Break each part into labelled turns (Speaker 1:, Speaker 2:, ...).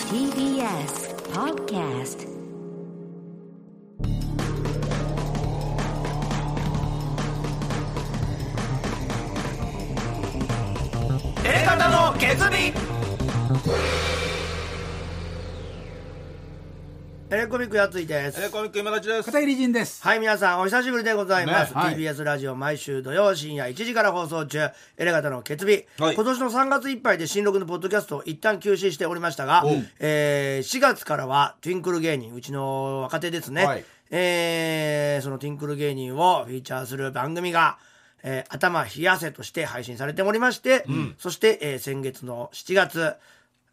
Speaker 1: TBS Podcast
Speaker 2: エ方の決意
Speaker 3: エレコミックやついです
Speaker 2: エ。レコミック今立ちです
Speaker 4: 片桐仁です。
Speaker 3: はい、皆さんお久しぶりでございます。
Speaker 4: ねはい
Speaker 3: TBS ラジオ毎週土曜深夜1時から放送中、エレガタの決日、
Speaker 2: はい
Speaker 3: 今年の3月いっぱいで新録のポッドキャストを一旦休止しておりましたが
Speaker 2: おう、
Speaker 3: えー4月からはトゥインクル芸人、うちの若手ですね、
Speaker 2: はい
Speaker 3: えーそのトゥインクル芸人をフィーチャーする番組が、えー頭冷やせとして配信されておりまして、そして、えー先月の7月、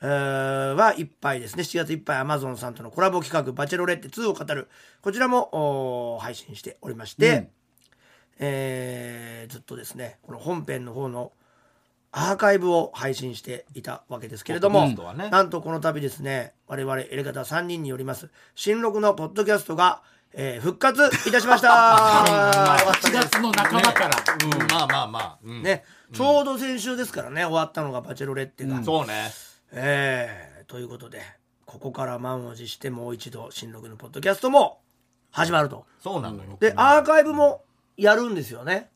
Speaker 3: えーはいっぱいですね7月いっぱいアマゾンさんとのコラボ企画「バチェロレッテ2」を語るこちらもおー配信しておりまして、えーずっとですねこの本編の方のアーカイブを配信していたわけですけれど
Speaker 2: ポ
Speaker 3: も、
Speaker 2: ッドキャストはね
Speaker 3: なんとこの度ですね我々エレガタ3人によります新録のポッドキャストが、えー復活いたしましたよかった
Speaker 4: 1
Speaker 3: です
Speaker 4: 月の半ばから。
Speaker 2: うんまあまあまあ、うん
Speaker 3: ね、ちょうど先週ですからね終わったのが「バチェロレッテが」
Speaker 2: そうね
Speaker 3: えーということでここから満を持してもう一度新録のポッドキャストも始まると
Speaker 2: そうなのよ
Speaker 3: でアーカイブもやるんですよね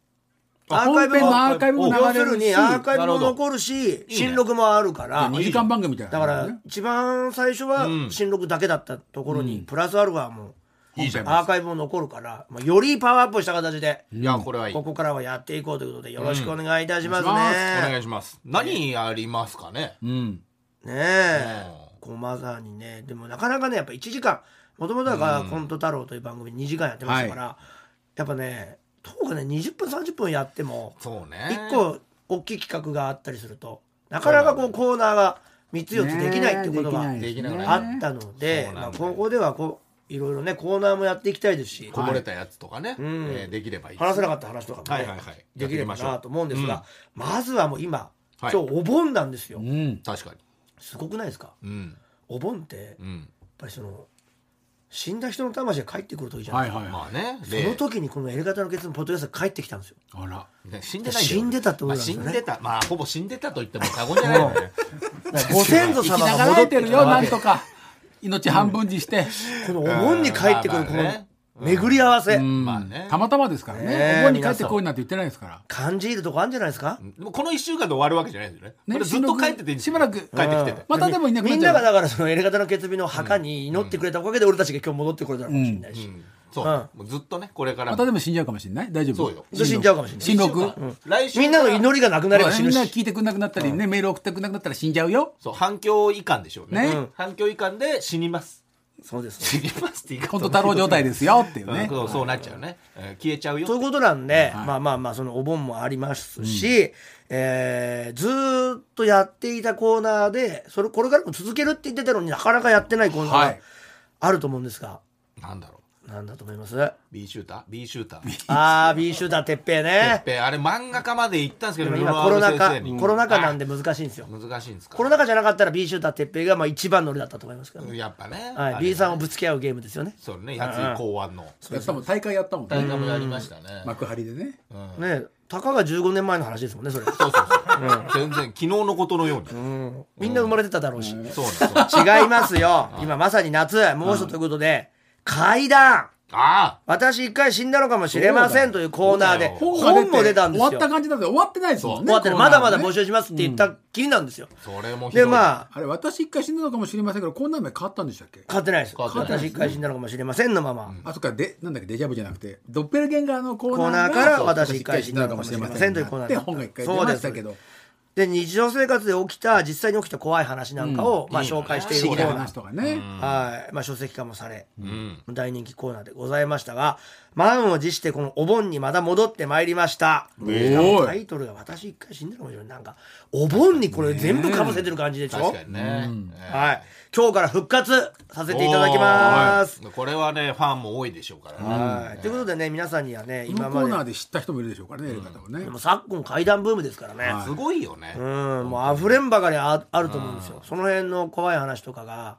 Speaker 3: アーカイブ
Speaker 4: 本編
Speaker 3: も
Speaker 4: のアーカイブも流
Speaker 3: 要す
Speaker 4: れ
Speaker 3: る
Speaker 4: る
Speaker 3: に
Speaker 4: し、
Speaker 3: アーカイ
Speaker 2: なる
Speaker 3: ブ
Speaker 2: ほ
Speaker 3: も
Speaker 2: ど
Speaker 3: 残るし新録もあるから
Speaker 4: 2時間番組みたいな。
Speaker 3: だから一番最初は新録だけだったところにプラスアルファも
Speaker 2: いいじゃない
Speaker 3: アーカイブも残るからまあよりパワーアップした形で
Speaker 2: いやこれはいい
Speaker 3: こ
Speaker 2: お
Speaker 3: こからはやっていこうということでよろしくお願いいたします
Speaker 4: うんお願いし
Speaker 3: ね
Speaker 2: 願いします何やりますかね
Speaker 4: うん。
Speaker 3: ねえこうまさにねでもなかなかねやっぱ1時間もともとはコント太郎という番組2時間やってましたから、やっぱねとがね20分30分やっても
Speaker 2: そうね
Speaker 3: 1個大きい企画があったりするとなかなかこうコーナーが3つ4つできないってことが
Speaker 4: ねえ
Speaker 2: できなくなる
Speaker 3: あったので、
Speaker 2: そうなんだよ
Speaker 3: まあ、ここではこういろいろねコーナーもやっていきたいですし
Speaker 2: こぼれたやつとかね、えーできればいい
Speaker 3: 話せな
Speaker 2: かっ
Speaker 3: かった話とかもね、
Speaker 2: はいはいはい
Speaker 3: できれ
Speaker 2: やっていきま
Speaker 3: ば
Speaker 2: しょ
Speaker 3: な
Speaker 2: う
Speaker 3: と思うんですが、まずはもう今
Speaker 2: は
Speaker 3: 今
Speaker 2: い
Speaker 3: 日お盆なんですよ、
Speaker 4: うん。
Speaker 2: た確か
Speaker 3: すごくないですか
Speaker 2: にうん
Speaker 3: お盆って
Speaker 2: うん
Speaker 3: やっぱりその死んだ人の魂が帰ってくる時じゃな、
Speaker 4: はいいはい
Speaker 2: ま
Speaker 4: は
Speaker 2: あね
Speaker 3: その時にこの「エレガタの決のポッドキャストが帰ってきたんですよ
Speaker 4: い。あら。
Speaker 2: ね死んでないよ
Speaker 3: 死んでたってこと
Speaker 2: まあ
Speaker 3: なんです
Speaker 2: 死
Speaker 3: よ
Speaker 2: ん
Speaker 3: ね
Speaker 2: でたまあほぼ死んでたと言っても過言じゃないよね
Speaker 3: ご先祖
Speaker 4: 生き
Speaker 3: 様
Speaker 4: な
Speaker 3: が
Speaker 4: がら
Speaker 3: 戻
Speaker 4: え
Speaker 3: って
Speaker 4: て
Speaker 3: き
Speaker 4: る
Speaker 3: た
Speaker 4: よ、
Speaker 3: わ
Speaker 4: な
Speaker 3: け
Speaker 4: んとか。命半分にして。
Speaker 3: このお盆に帰ってく
Speaker 2: う
Speaker 3: る
Speaker 2: ん
Speaker 3: こ
Speaker 2: まあまあね
Speaker 3: の巡り合わせ
Speaker 4: うん
Speaker 2: まあね
Speaker 4: たまたまですから
Speaker 3: ねえ
Speaker 4: ね。ここに帰ってこいなんて言ってないですから。
Speaker 3: 感じるとこあるんじゃないですか
Speaker 2: でもこの1週間で終わるわけじゃないですよね
Speaker 4: ね
Speaker 2: これずっと帰ってて
Speaker 4: しばらく
Speaker 2: 帰ってきてて
Speaker 4: またでもいなく
Speaker 3: み
Speaker 4: なっ
Speaker 3: ん
Speaker 4: ち
Speaker 3: なが
Speaker 4: ゃう。
Speaker 3: だからそのエレガタの決備の墓に祈ってくれたおかげで俺たちが今日戻ってこれたのかもしれないし、
Speaker 2: うんそう、
Speaker 3: う
Speaker 2: もうずっとねこれから
Speaker 4: またでも死んじゃうかもしれない大丈夫
Speaker 2: そうよ
Speaker 3: 死んじゃうかもしれない
Speaker 4: 新録。
Speaker 2: 一週間来週
Speaker 3: みんなの祈りがなくなれば死
Speaker 4: み
Speaker 3: ぬ
Speaker 4: ん
Speaker 3: し
Speaker 4: な聞いてくれなくなったりね、メール送ってくれなくなったら死んじゃうよ。
Speaker 2: そう反響以下でしょうね
Speaker 4: ね
Speaker 2: うん反響以下で死にます
Speaker 3: そうです
Speaker 2: 死にますって言い方
Speaker 4: コント太郎状態ですよっていう
Speaker 2: うん
Speaker 4: ね。
Speaker 2: そうそうなっちゃうね、えー消えちゃうよ
Speaker 3: ということなんで、まあまあまあそのお盆もありますし、えーずーっとやっていたコーナーでそれこれからも続けるって言ってたのになかなかやってないコーナー
Speaker 4: は
Speaker 3: が
Speaker 4: い
Speaker 3: あると思うんですが、
Speaker 2: なんだろう
Speaker 3: なんだと思いますあ
Speaker 2: B シューター B シューター
Speaker 3: ー B 集団てっぺいね
Speaker 2: えあれ漫画家まで行ったんですけ
Speaker 3: で
Speaker 2: ど
Speaker 3: も今コロナ禍
Speaker 2: 先生に
Speaker 3: コロナ禍なんで難しいんですよ
Speaker 2: あ難しいんですか
Speaker 3: コロナ禍じゃなかったら B 集団てっぺいがまあ一番乗りだったと思いますけどね、
Speaker 2: やっぱね、
Speaker 3: はい
Speaker 2: あ、れ
Speaker 3: B さんをぶつけ合うゲームですよね
Speaker 2: そうねやつい考案の
Speaker 4: やったもん大会やったもん
Speaker 2: 大
Speaker 4: ね。
Speaker 2: 河もやりましたね、
Speaker 4: 幕張でね。
Speaker 3: ねたかが15年前の話ですもんねそれ、
Speaker 2: そうそうそう、全然昨日のことのように、
Speaker 3: うんみんな生まれてただろうし、
Speaker 2: そうなんですよあ
Speaker 3: 違いますよ。今まさに夏、猛暑ということで、階段
Speaker 2: あ
Speaker 3: 私一回死んだのかもしれませんというコーナーで、
Speaker 2: そう
Speaker 3: 本
Speaker 4: がて
Speaker 3: も出たんですよ。
Speaker 4: 終わった感じなんで終わってないですもんね。
Speaker 3: 終わってる
Speaker 4: コ
Speaker 3: ま
Speaker 4: ーナー
Speaker 3: だま
Speaker 4: もね
Speaker 3: だ募集しますって言ったっきりなんですよ。
Speaker 2: それもひどい
Speaker 3: で、まあ、
Speaker 4: あれ、私一回死んだのかもしれませんけど、こんな名前変わったんでしたっけ
Speaker 3: 変わってないです。
Speaker 2: 変わってない
Speaker 3: 私一回死んだのかもしれませんのまま。
Speaker 4: あそっか、で、なんだっけ、デジャブじゃなくて、ドッペルゲンガーのコー
Speaker 3: コーナー
Speaker 4: ナー
Speaker 3: から
Speaker 4: が
Speaker 3: 私一回死んだのかもしれませんというコーナー
Speaker 4: で、本が一回出ましたけど、
Speaker 3: で、日常生活で起きた、実際に起きた怖い話なんかを、まあ、
Speaker 2: いいね
Speaker 3: 紹介してい
Speaker 4: 不
Speaker 3: る
Speaker 4: 思
Speaker 3: コ
Speaker 4: 議
Speaker 3: ー
Speaker 4: な
Speaker 3: ナー
Speaker 4: 話。とかね。
Speaker 3: はい。まあ、書籍化もされ、
Speaker 2: うん、
Speaker 3: 大人気コーナーでございましたが、満を持してこのお盆にまた戻ってまいりました。
Speaker 4: ー
Speaker 3: しかもタイトルが私一回死んだのかもしれない。なんか、お盆にこれ全部かぶせてる感じでし
Speaker 2: 確
Speaker 3: ょ
Speaker 2: かにね、えー
Speaker 3: はい。今日から復活させていただきます。
Speaker 2: おーはいこれはねファンも多いでしょうからね、
Speaker 3: はい。ということでね、皆さんにはね、
Speaker 4: この
Speaker 3: 今
Speaker 4: コーナ
Speaker 3: ま
Speaker 4: ー
Speaker 3: で、
Speaker 4: で知った人もいるでしょうからね、やり方をね
Speaker 3: で。も昨今階段ブームですからね。
Speaker 2: すごいよね、
Speaker 3: うん、もう溢れんばかりああると思うんですよ。その辺の怖い話とかが、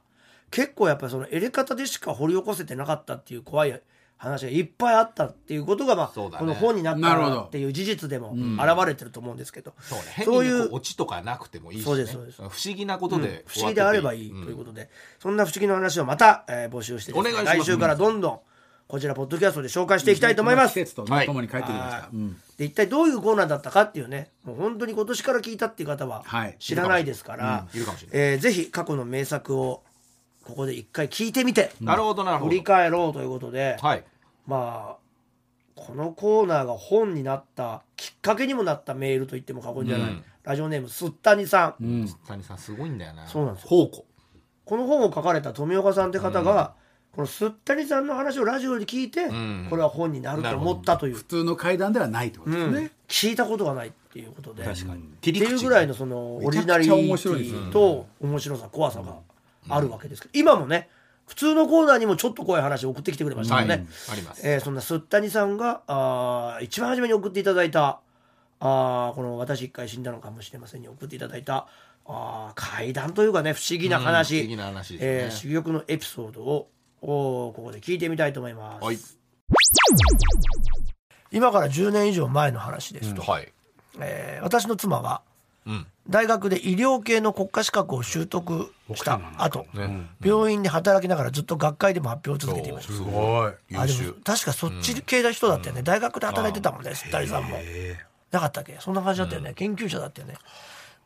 Speaker 3: 結構やっぱりそのエレ方でしか掘り起こせてなかったっていう怖い話がいっぱいあったっていうことが、まあ
Speaker 5: そうだね
Speaker 3: この本になっ
Speaker 6: なるほ
Speaker 3: た
Speaker 6: ど
Speaker 3: っていう事実でも現れてると思うんですけど、
Speaker 5: そうね変に
Speaker 3: そう
Speaker 5: ね
Speaker 3: い
Speaker 5: こ
Speaker 3: う
Speaker 5: うオチとかなくてもいいし、ね、
Speaker 3: そうですそうです
Speaker 5: 不思議なことで、
Speaker 3: 不思議であればいいということで、そんな不思議の話をまた、えー募集してですね、
Speaker 5: お願いします
Speaker 3: 来週からどんどんこちらポッドキャストで紹介していきたいと思います。
Speaker 6: 季節とね共に帰ってきました。うん
Speaker 3: で一体どういうコーナーだったかっていうねもう本当に今年から聞いたっていう方は
Speaker 6: はい
Speaker 3: 知らないですから
Speaker 5: いるかもしれない
Speaker 3: えーぜひ過去の名作をここで一回聞いてみて
Speaker 5: なるほどなるほ
Speaker 3: 振
Speaker 5: ど
Speaker 3: り返ろうということで、
Speaker 5: はい
Speaker 3: まあこのコーナーが本になったきっかけにもなったメールと言っても過言じゃない、ラジオネームすったにさん、
Speaker 5: 谷さんすごいんだよな
Speaker 3: そうなんですよ
Speaker 5: 宝庫
Speaker 3: この本を書かれた富岡さんって方が、このすったにさんの話をラジオで聞いて、
Speaker 5: ん
Speaker 3: これは本になると思ったという
Speaker 6: 普、通の階段ではないってことですね。
Speaker 3: 聞いたことがないっていうことで
Speaker 5: 切
Speaker 3: っ
Speaker 5: り
Speaker 3: て
Speaker 5: 口
Speaker 3: いうぐらいのそのオ
Speaker 6: め
Speaker 3: リ
Speaker 6: ちゃ
Speaker 3: ジナ
Speaker 6: く
Speaker 3: リ
Speaker 6: ち
Speaker 3: テ
Speaker 6: ゃ面白いですね
Speaker 3: ィと面白さ怖さがあるわけですけど今もね普通のコーナーにもちょっと怖い話を送ってきてくれましたもん
Speaker 5: はい
Speaker 3: ね、
Speaker 5: あります
Speaker 3: えーそんなすったにさんがあー一番初めに送っていただいたあーこの「私一回死んだのかもしれません」に送っていただいたあー怪談というかね不思議な話、
Speaker 5: うん不思議な話ですね
Speaker 3: えー珠玉のエピソードをおーここで聞いてみたいと思います、
Speaker 5: はい
Speaker 3: 今から10年以上前の話ですと、
Speaker 5: はい
Speaker 3: えー私の妻は
Speaker 5: うん
Speaker 3: 大学で医療系の国家資格を習得した後、
Speaker 5: ね
Speaker 3: 病院で働きながらずっと学会でも発表を続けていました
Speaker 5: す
Speaker 6: す
Speaker 5: ごい
Speaker 6: ごい。
Speaker 3: あ
Speaker 5: 優
Speaker 3: で
Speaker 5: 秀
Speaker 3: も確かそっち系の人だったよね、大学で働いてたもんねすったりさんもなかったっけそんな感じだったよね、研究者だったよね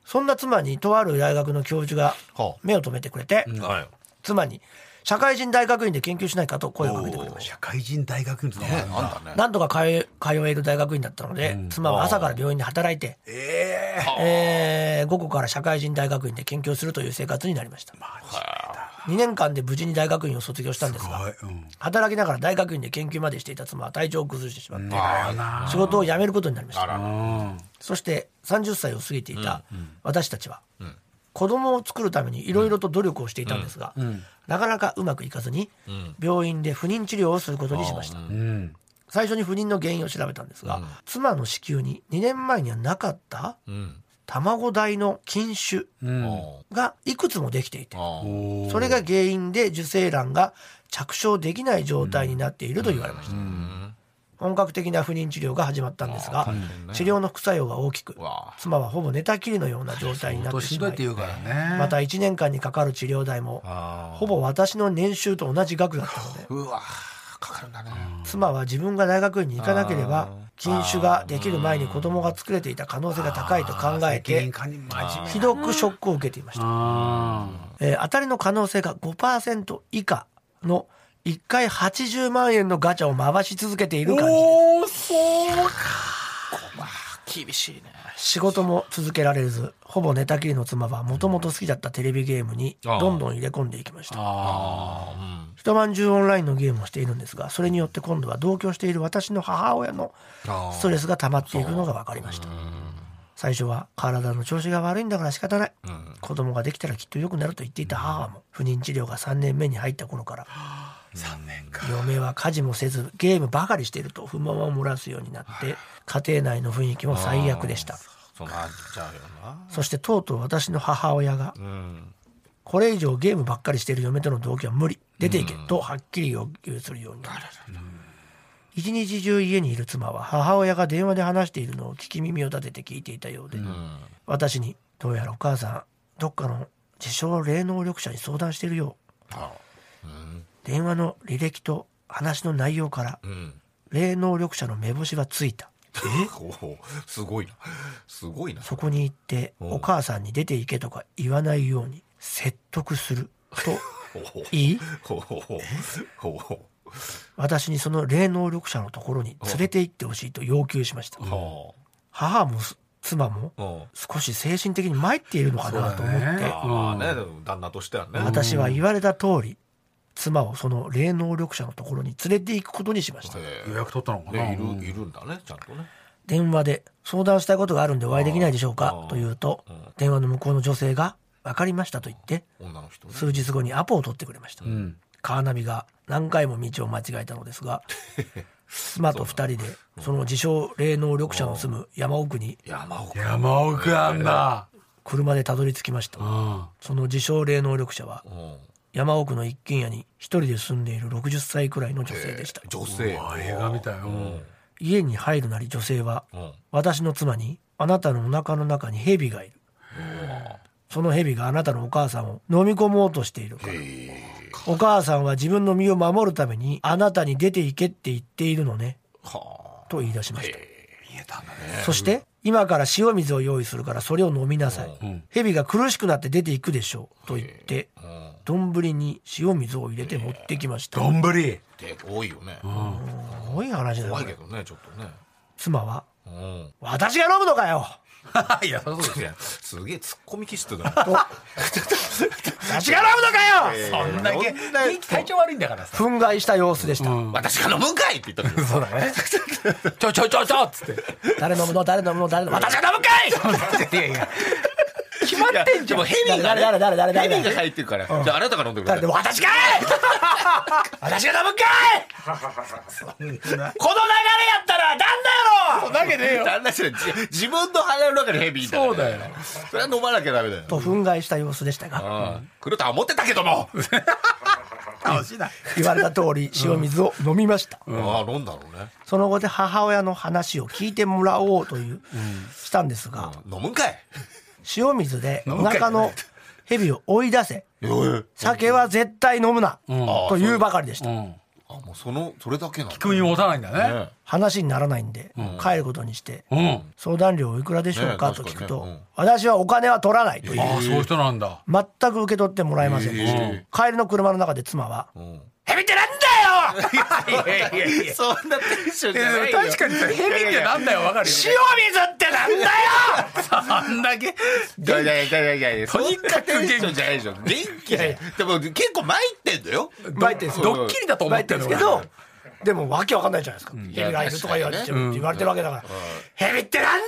Speaker 3: そんな妻にとある大学の教授が
Speaker 5: はあ
Speaker 3: 目を留めてくれて、
Speaker 5: はい
Speaker 3: 妻に社会人大学院で研究しないかと声をかけてくれました
Speaker 2: 社会人大学院とかもあるんだ
Speaker 5: あんだね
Speaker 3: 何とか通え通える大学院だったので、妻は朝から病院で働いて、
Speaker 2: え
Speaker 3: えー午後から社会人大学院で研究をするという生活になりました2年間で無事に大学院を卒業したんですが
Speaker 2: えうん
Speaker 3: 働きながら大学院で研究までしていた妻は体調を崩してしまって
Speaker 5: あーな
Speaker 3: 仕事を辞めることになりまし
Speaker 5: あ
Speaker 3: た
Speaker 5: らら
Speaker 3: そして30歳を過ぎていた私たちは子供を作るためにいろいろと努力をしていたんですがなかなかうまくいかずに病院で不妊治療をすることにしました
Speaker 2: うん
Speaker 3: 最初に不妊の原因を調べたんですが妻の子宮に2年前にはなかった
Speaker 5: うん
Speaker 3: 卵代の菌種
Speaker 2: うん
Speaker 5: あ
Speaker 3: がいくつもできていて
Speaker 5: ー
Speaker 3: それが原因で受精卵が着床できない状態になっていると言われました、本格的な不妊治療が始まったんですが、治療の副作用が大きく
Speaker 5: うわ
Speaker 3: 妻はほぼ寝たきりのような状態になって
Speaker 2: 年し
Speaker 3: し
Speaker 2: んどい
Speaker 3: ま
Speaker 2: っ
Speaker 3: い
Speaker 2: て言うからね
Speaker 3: また1年間にかかる治療代もほぼ私の年収と同じ額だったので
Speaker 5: うわーかかるんだね
Speaker 3: 妻は自分が大学院に行かなければ禁酒ができる前に子供が作れていた可能性が高いと考えて
Speaker 2: 玄関に真面目
Speaker 3: ひどくショックを受けていました
Speaker 6: あ
Speaker 3: えー当たりの可能性が5%以下の1回80万円のガチャを回し続けている感じです
Speaker 5: おおそうか厳しいね
Speaker 3: 仕事も続けられずほぼ寝たきりの妻はもともと好きだったテレビゲームに
Speaker 5: あー
Speaker 3: どんどん入れ込んでいきました
Speaker 5: あ
Speaker 3: 一晩中オンラインのゲームをしているんですがそれによって今度は同居している私の母親の
Speaker 5: あ
Speaker 3: ストレスが溜まっていくのが分かりました最初は体の調子が悪いんだから仕方ない、子供ができたらきっと良くなると言っていた母も不妊治療が3年目に入った頃から
Speaker 2: 3年か
Speaker 3: 嫁は家事もせずゲームばかりしていると不満を漏らすようになって家庭内の雰囲気も最悪でした
Speaker 5: そのあっちゃうよな
Speaker 3: そしてとうとう私の母親が
Speaker 5: うん
Speaker 3: 「これ以上ゲームばっかりしている嫁との同居は無理出ていけ」とはっきり要求するようになった一日中家にいる妻は母親が電話で話しているのを聞き耳を立てて聞いていたようで私に「どうやらお母さんどっかの自称霊能力者に相談しているよ
Speaker 5: あ
Speaker 3: う電話の履歴と話の内容から
Speaker 5: うん
Speaker 3: 霊能力者の目星はついた」
Speaker 5: おおすごいなすごいな
Speaker 3: そこに行ってお母さんに出て行けとか言わないように説得すると
Speaker 5: おお
Speaker 3: い い
Speaker 5: おおおお
Speaker 3: 私にその霊能力者のところに連れて行ってほしいと要求しました
Speaker 5: は
Speaker 3: 母もす妻も
Speaker 5: あうん
Speaker 3: 少し精神的に参っているのかなと思って
Speaker 5: ああね旦那としてはね
Speaker 3: 私は言われた通り妻をその霊能力者のところに連れて行くことにしました
Speaker 5: へ
Speaker 6: あ予約取ったの
Speaker 5: え
Speaker 6: かな。
Speaker 5: ねいるいるんだねちゃんとね
Speaker 3: 電話で相談したいことがあるんでお会いできないでしょうかと言うと電話の向こうの女性が分かりましたと言って
Speaker 5: 女の人ね
Speaker 3: 数日後にアポを取ってくれました、カーナビが何回も道を間違えたのですが妻と二人でその自称霊能力者の住む山奥に
Speaker 5: 山奥
Speaker 6: 山奥あんだ。
Speaker 3: 車でたどり着きました
Speaker 6: うん。
Speaker 3: その自称霊能力者は
Speaker 5: うん
Speaker 3: 山奥の一軒家に一人で住んでいる60歳くらいの女性でした、
Speaker 2: 女性
Speaker 6: 映画みたいうん
Speaker 3: 家に入るなり女性は、私の妻にあなたのお腹の中に蛇がいるその蛇があなたのお母さんを飲み込もうとしているからお母さんは自分の身を守るためにあなたに出ていけって言っているのねと言い出しましたそして今から塩水を用意するからそれを飲みなさい、蛇が苦しくなって出ていくでしょうと言って丼に塩水を入れて持ってきました
Speaker 6: どんぶり
Speaker 2: って多いよね
Speaker 3: すごい話だよ
Speaker 2: 怖
Speaker 3: こ
Speaker 2: いけ
Speaker 3: れ
Speaker 2: どねちょっとね
Speaker 3: 妻は
Speaker 2: うん
Speaker 3: 私が飲むのかよ
Speaker 2: いやそうですねすげえ突っ込み気質だな
Speaker 3: 私が飲むのかよ、
Speaker 2: そんだけ
Speaker 5: 元気体調悪いんだからさ
Speaker 3: 憤慨した様子でした、
Speaker 2: 私が飲むんかいって言ったそうだね
Speaker 5: ちょちょちょちょっつって
Speaker 3: 誰飲むの誰飲むの誰飲むの私が飲むかい
Speaker 5: いやいや
Speaker 2: 決まってんじゃんヘビがね
Speaker 3: 誰誰誰誰誰
Speaker 2: ヘビが入ってるからじゃああなたが飲んでくださ
Speaker 3: 誰で
Speaker 2: い
Speaker 3: も私かい私が飲むかいこの流れやったらなんだよ
Speaker 2: だけねよ旦那じゃないじ自分の腹の中にヘビいたから
Speaker 6: そうだよ
Speaker 2: それは飲まなきゃダメだよ
Speaker 3: と憤慨した様子でしたが
Speaker 2: うん来るとは思ってたけども
Speaker 6: 楽しいな
Speaker 3: 言われた通り塩水を飲みました、
Speaker 2: ああ飲んだろうね
Speaker 3: その後で母親の話を聞いてもらおうという、したんですが
Speaker 2: 飲むんかい
Speaker 3: 塩水でお
Speaker 6: むかい
Speaker 3: 腹の蛇を追い出せ酒は絶対飲むな、というばかりでした、
Speaker 6: うん
Speaker 2: あもうそのそれだけなの
Speaker 6: 君に持たないんだね
Speaker 3: 話にならないんで、帰ることにして、
Speaker 6: うん
Speaker 3: 相談料おいくらでしょうか、
Speaker 2: ね
Speaker 3: と
Speaker 2: 確かにね
Speaker 3: 聞くと、
Speaker 2: うん
Speaker 3: 私はお金は取らないという
Speaker 6: ああそういう人なんだ
Speaker 3: 全く受け取ってもらえませんでした、
Speaker 2: え
Speaker 3: 帰りの車の中で妻は
Speaker 2: うん
Speaker 3: 「ヘビってなんだ よ
Speaker 2: そんなテンションじゃないよ
Speaker 6: 確かにヘビってなんだよわかるよ
Speaker 3: 塩水ってなんだよ!
Speaker 6: あんだけ
Speaker 2: いやいやいやいやいやそんなテンションじゃないでしょ元気じゃんでも結構参ってんだよ
Speaker 3: バイテンス」
Speaker 6: ドッキリだと思ってる
Speaker 3: ですけどでもわけわかんないじゃないですか「ヘビがいる」とか言われてる言われてるわけだから「ヘビってなんだよ!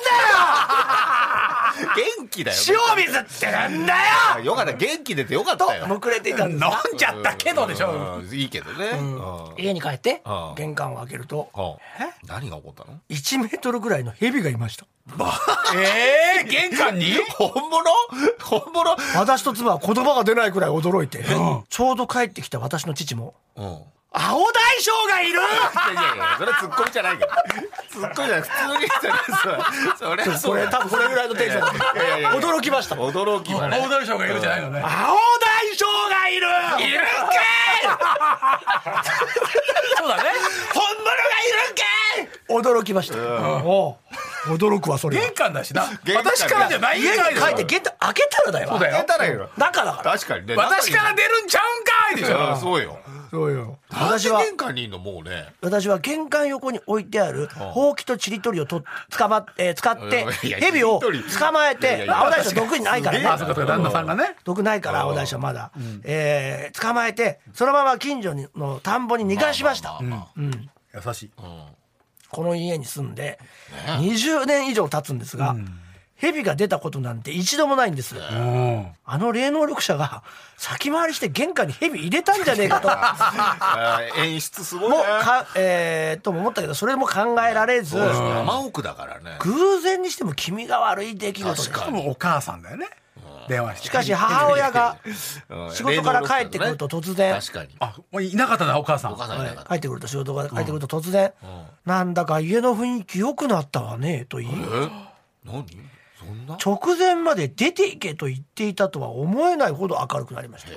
Speaker 2: 元気だよ」
Speaker 3: 塩水ってなんだ
Speaker 2: あよかった元気出てよかっ
Speaker 3: よ
Speaker 2: たよ
Speaker 3: とむくれていたんですが
Speaker 6: 飲んじゃったけどでしょ
Speaker 2: うんいいけどねうん
Speaker 3: 家に帰って
Speaker 2: うん
Speaker 3: 玄関を開けると
Speaker 2: はあ何が起こったの
Speaker 3: 1メートルぐらいのヘビがいました
Speaker 6: ええ玄関に
Speaker 2: 本物本物
Speaker 3: 私と妻は言葉が出ないくらい驚いてちょうど帰ってきた私の父も
Speaker 2: うん
Speaker 3: 「青大将がいる!」
Speaker 2: いやいやいやそれツッコミじゃないからツッコミじゃない普通にそれそれ
Speaker 3: これ多分これぐらいのテンション
Speaker 2: いやいやいや
Speaker 3: 驚きました青
Speaker 2: 驚きはね
Speaker 6: 大谷翔がいるじゃないのね
Speaker 3: 大将がいるいるん
Speaker 6: そうだね
Speaker 2: 本物
Speaker 3: か
Speaker 2: がいるんかい
Speaker 3: い驚きましたおう驚くわそれは
Speaker 6: 玄関だしな
Speaker 2: 玄関だ
Speaker 6: 私からじゃない以
Speaker 3: 家
Speaker 6: 外
Speaker 3: に
Speaker 6: だ
Speaker 3: 帰
Speaker 6: よ
Speaker 3: って玄関開けたらだよ
Speaker 6: そうだよ
Speaker 2: たらよ
Speaker 3: 中だから
Speaker 2: 確かにね
Speaker 6: 私から出るんちゃうんかいでし
Speaker 2: 中に
Speaker 6: ょ
Speaker 2: うんそうよ
Speaker 3: そうよ
Speaker 2: 私
Speaker 3: 私
Speaker 2: は
Speaker 3: は
Speaker 2: 玄関にいんのもうね
Speaker 3: 私は玄関横に置いてあるほうきとちりとりをと捕まっ、えー使って
Speaker 2: いやいや
Speaker 3: 蛇を
Speaker 2: ちりとり
Speaker 3: 捕まえ
Speaker 2: いやいや
Speaker 3: て
Speaker 2: いや
Speaker 3: 青大将毒にないから
Speaker 6: あそうか
Speaker 3: ね
Speaker 6: そうか旦那さんがね
Speaker 3: 毒ないから青大将まだ、えー捕まえてそのまま近所の田んぼに逃がしました、
Speaker 6: 優しい
Speaker 3: この家に住んで20年以上経つんですが、蛇が出たことなんて一度もないんです、
Speaker 6: うん
Speaker 3: あの霊能力者が先回りして玄関に蛇入れたんじゃねえか
Speaker 2: あー演出すご
Speaker 3: と
Speaker 2: い
Speaker 3: も
Speaker 2: ね
Speaker 3: か、えーとも思ったけどそれも考えられず
Speaker 2: そうですね山奥だからね
Speaker 3: 偶然にしても気味が悪い出来事でし
Speaker 2: 確か
Speaker 3: た
Speaker 2: に
Speaker 6: 多分お母さんだよね電話して
Speaker 3: しかし母 親が
Speaker 2: うん
Speaker 3: 仕事から帰ってくると突然
Speaker 2: 確かに
Speaker 6: あもういなかったなお母さん
Speaker 2: お母さんいなかっ
Speaker 3: 帰ってくると仕事が帰ってくると突然「なんだか家の雰囲気良くなったわね」と言い
Speaker 2: たえ何そんな
Speaker 3: 直前まで出ていけと言っていたとは思えないほど明るくなりました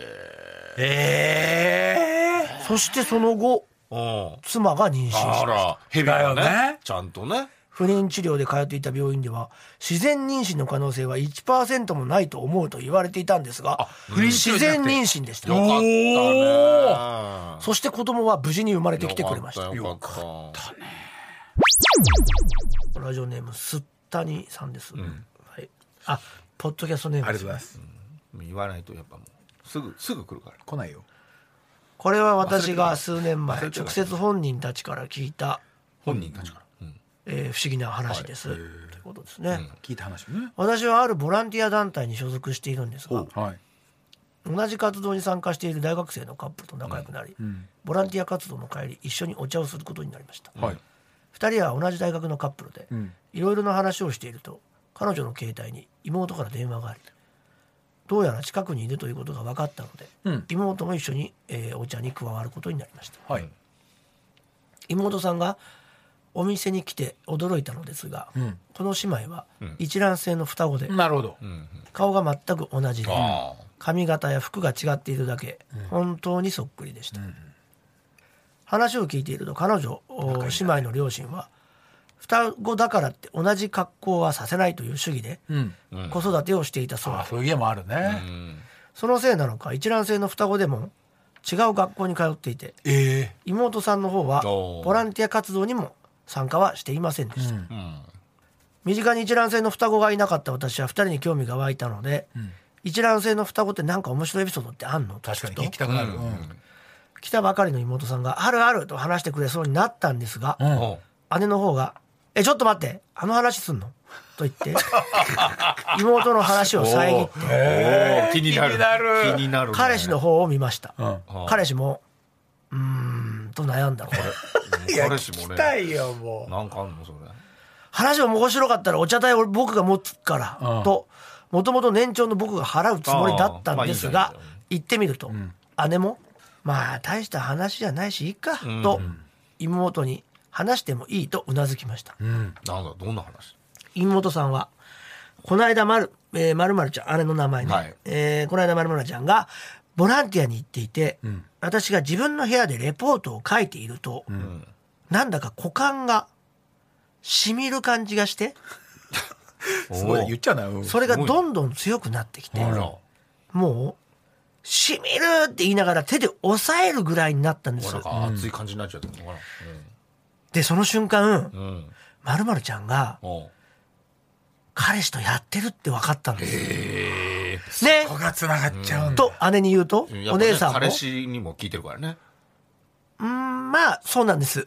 Speaker 6: ええ
Speaker 3: そしてその後
Speaker 2: うん
Speaker 3: 妻が妊娠
Speaker 2: あら蛇
Speaker 6: だよね
Speaker 2: ちゃんとね
Speaker 3: 不妊治療で通っていた病院では自然妊娠の可能性は1%もないと思うと言われていたんですが自然妊娠でした
Speaker 2: よかったね
Speaker 3: そして子供は無事に生まれてきてくれました
Speaker 2: よかったよ
Speaker 3: ラジオネームすったにさんです、はい、あポッドキャストネーム
Speaker 6: あ
Speaker 3: で
Speaker 6: りがと
Speaker 3: す
Speaker 6: うございます
Speaker 2: 言わないとやっぱもうすぐすぐ来るから
Speaker 6: 来ないよ
Speaker 3: これは私が数年前直接本人たちから聞いた、
Speaker 2: 本人たちからうん
Speaker 3: えー不思議な話です、ということですね、
Speaker 6: 聞いた話ね
Speaker 3: 私はあるボランティア団体に所属しているんですが
Speaker 6: はい
Speaker 3: 同じ活動に参加している大学生のカップルと仲良くなり、ボランティア活動の帰り一緒にお茶をすることになりました、
Speaker 6: はい
Speaker 3: 2人は同じ大学のカップルでいろいろな話をしていると彼女の携帯に妹から電話がありどうやら近くにいるということが分かったので、
Speaker 6: うん
Speaker 3: 妹も一緒に、えーお茶に加わることになりました
Speaker 6: はい。
Speaker 3: 妹さんがお店に来て驚いたのですが、
Speaker 6: ん
Speaker 3: この姉妹は一卵性の双子で、
Speaker 6: なるほど。
Speaker 3: 顔が全く同じで
Speaker 2: あ
Speaker 3: 髪型や服が違っているだけ、本当にそっくりでした、話を聞いていると彼女お姉妹の両親は双子だからって同じ格好はさせないという主義で
Speaker 6: うん。
Speaker 3: 子育てをしていたそう
Speaker 6: あ
Speaker 3: で
Speaker 6: あ、
Speaker 3: す、
Speaker 6: そういう家もあるね。
Speaker 3: そのせいなのか一卵性の双子でも違う学校に通っていて
Speaker 6: ええ
Speaker 3: 妹さんの方は
Speaker 2: おー
Speaker 3: ボランティア活動にも参加はしていませんでした、
Speaker 2: ん
Speaker 3: 身近に一卵性の双子がいなかった私は2人に興味が湧いたので、一卵性の双子って何か面白いエピソードってあんのと
Speaker 6: 確か
Speaker 3: 聞
Speaker 6: に聞
Speaker 3: くと
Speaker 6: きたくなる。うん
Speaker 3: 来たばかりの妹さんが「あるある」と話してくれそうになったんですが、
Speaker 2: あおう
Speaker 3: 姉の方が「えちょっと待ってあの話すんの?」と言って 妹の話を遮って
Speaker 2: おー気にな
Speaker 6: 気
Speaker 2: る
Speaker 6: になる
Speaker 2: 気になるね
Speaker 3: 彼氏の方を見ました、
Speaker 2: ん
Speaker 3: 彼氏もうーんと悩んだの
Speaker 2: 彼氏もね
Speaker 6: いよ、も
Speaker 2: なんかあんのそれ
Speaker 3: 話も面白かったらお茶代を僕が持つからともともと年長の僕が払うつもりだったんです
Speaker 2: あー
Speaker 3: が
Speaker 2: まあいいじゃん
Speaker 3: 行ってみると姉も「まあ大した話じゃないしいいか」と妹に話してもいいとうなずきました
Speaker 2: なんだどんな話
Speaker 3: 妹さんはこの間まる、えー、まるまるちゃん姉の名前ね、
Speaker 2: はい
Speaker 3: えーこの間まるまるちゃんがボランティアに行っていて、私が自分の部屋でレポートを書いていると、なんだか股間がしみる感じがして
Speaker 6: う。すごい、言っちゃうな。うん
Speaker 3: それがどんどん強くなってきて
Speaker 2: あら
Speaker 3: もう「しみる!」って言いながら手で押さえるぐらいになったんで
Speaker 2: お
Speaker 3: す
Speaker 2: なんか熱い感じになっちゃったのかな
Speaker 3: でその瞬間
Speaker 2: うんうん
Speaker 3: まるまるちゃんが
Speaker 2: おう
Speaker 3: 彼氏とやってるって分かったんですね
Speaker 6: ここが繋がっちゃうんだ。
Speaker 3: と姉に言う
Speaker 2: やっ
Speaker 3: と、
Speaker 2: ぱね
Speaker 3: お姉さんも
Speaker 2: 彼氏にも聞いてるからね
Speaker 3: うんまあそうなんです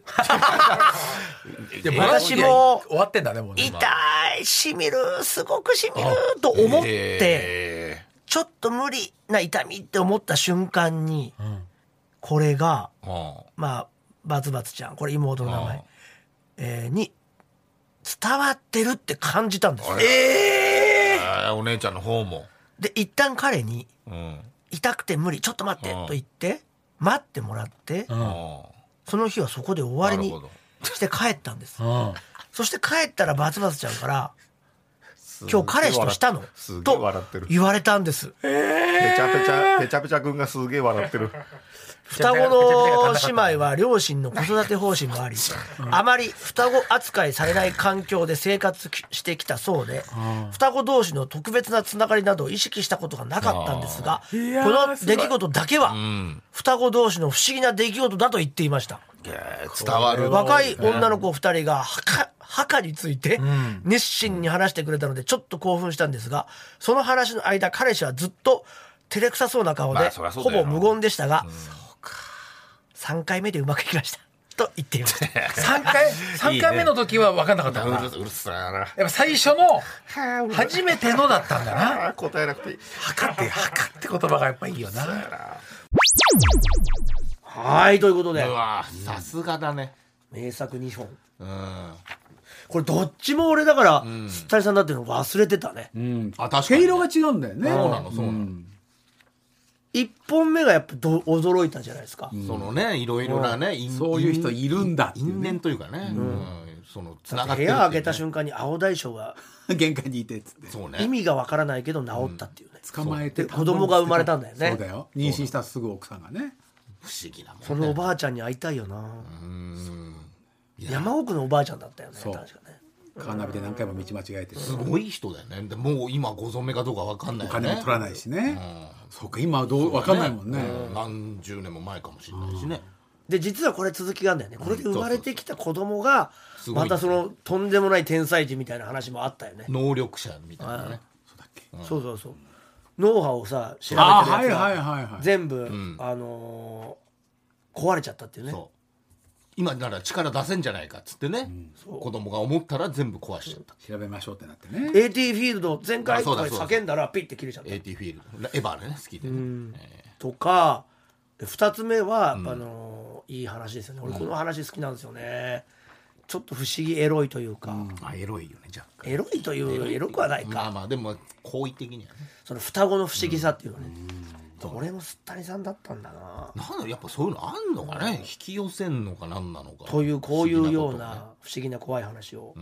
Speaker 6: で
Speaker 3: え私も
Speaker 6: 終わってんだね、もうね。
Speaker 3: 痛いしみるすごくしみると思って
Speaker 2: え
Speaker 3: ちょっと無理な痛みって思った瞬間にこれが
Speaker 2: ーあ
Speaker 3: まあバツバツちゃんこれ妹の名
Speaker 2: あ
Speaker 3: 前えーに伝わってるって感じたんです
Speaker 2: あ
Speaker 3: え
Speaker 2: あーお姉ちゃんの方も
Speaker 3: で一旦彼に
Speaker 2: うん
Speaker 3: 「痛くて無理ちょっと待って」
Speaker 2: ああ
Speaker 3: と言って待ってもらって
Speaker 2: あ
Speaker 3: その日はそこで終わりに
Speaker 2: なるほ
Speaker 3: して帰ったんです
Speaker 6: うん。
Speaker 3: そして帰ったらバツバツちゃんから
Speaker 2: ー
Speaker 3: 今日彼氏としたの
Speaker 2: すげえ
Speaker 3: と
Speaker 2: 笑ってる
Speaker 3: 言われたんです
Speaker 2: ペチャペチャペチャペチャ君がすげえ笑ってる
Speaker 3: 双子の姉妹は両親の子育て方針もあり、あまり双子扱いされない環境で生活きしてきたそうで、双子同士の特別なつながりなどを意識したことがなかったんですが、こ
Speaker 6: やー
Speaker 3: の出来事だけは、双子同士の不思議な出来事だと言っていました。
Speaker 2: いやー伝わる
Speaker 3: 若い女の子2人が墓墓について熱心に話してくれたのでちょっと興奮したんですがその話の間彼氏はずっと照れくさそうな顔で、
Speaker 2: まあそりゃそう
Speaker 3: ほ
Speaker 2: だよ
Speaker 3: ぼ無言でしたが、3回目でうまくいきました と言ってい ました
Speaker 6: 三 回、三回目の時は分かんなかったか
Speaker 2: う
Speaker 6: ら。
Speaker 2: るうるさいな
Speaker 6: やっぱ最初の、初めてのだったんだな。
Speaker 2: あー答えなくていい
Speaker 6: 墓って、墓って言葉がやっぱいいよな。
Speaker 3: はいということで
Speaker 2: うわーさすがだね
Speaker 3: 名作2本
Speaker 2: うん
Speaker 3: これどっちも俺だからすったりさんだっていうの忘れてたね、
Speaker 6: うん。
Speaker 2: あ確か
Speaker 6: 毛
Speaker 2: に
Speaker 6: 色が違うんだよね。
Speaker 2: そうなのそうなの
Speaker 3: 一1本目がやっぱど驚いたじゃないですか、
Speaker 2: そのねいろいろなね因
Speaker 6: そういう人いるんだっていう
Speaker 2: 因
Speaker 6: ね。
Speaker 2: 縁というかねうんそのつながってるってい
Speaker 3: 部
Speaker 2: うね
Speaker 3: 屋開けた瞬間に青大将が
Speaker 6: 玄関にいてっつって。
Speaker 2: そう
Speaker 3: 意
Speaker 2: ね
Speaker 3: 味がわからないけど治ったっていうね、
Speaker 6: 捕まえて
Speaker 3: で子供が生まれたんだよね
Speaker 6: そうだよ妊娠したすぐ奥さんがね
Speaker 2: 不思議なもんね
Speaker 3: そのおばあちゃんに会いたいよな。山奥のおばあちゃんだったよね。確
Speaker 6: う
Speaker 3: かね。
Speaker 6: カーナビで何回も道間違えてる
Speaker 2: すごい人だよねでもう今ご存命かどうかわかんない
Speaker 6: お
Speaker 2: よね
Speaker 6: 金も取らないしねそうか今はどう分かんないもんね
Speaker 2: うん何十年も前かもしれないしね
Speaker 3: で実はこれ続きがあるんだよね。これで生まれてきた子供が
Speaker 2: うん
Speaker 3: またそのとんでもない天才児みたいな話もあったよね。
Speaker 2: 能力者みたいなね
Speaker 3: そうそうそう。脳波をさ調べてる
Speaker 6: あ
Speaker 3: や
Speaker 6: あはいは
Speaker 3: つ
Speaker 6: い
Speaker 3: が
Speaker 6: はいはい
Speaker 3: 全部あのー壊れちゃったっていうね。
Speaker 2: そう今なら力出せんじゃないかっつってね子供が思ったら全部壊しちゃった
Speaker 6: 調べましょうってなってね
Speaker 3: AT フィールド全
Speaker 2: あ
Speaker 3: 開と
Speaker 2: そう
Speaker 3: か
Speaker 2: だ
Speaker 3: で
Speaker 2: そうだ
Speaker 3: 叫んだらピッて切れちゃった
Speaker 2: AT フィールドエヴァーね好きでね
Speaker 3: とか2つ目はやっぱあのーいい話ですよね俺この話好きなんですよね、ちょっと不思議エロいというか、
Speaker 2: あエロいよねじゃあ
Speaker 3: エロいというエロくはない
Speaker 2: ま
Speaker 3: か
Speaker 2: あまあでも好意的にはね
Speaker 3: その双子の不思議さっていうのね、俺もすったりさんだったんだな
Speaker 2: なんだやっぱそういうのあんのかね引き寄せんのかなんなのか
Speaker 3: というこういうよ
Speaker 2: 不思議こと
Speaker 3: う
Speaker 2: ね
Speaker 3: な不思議な怖い話を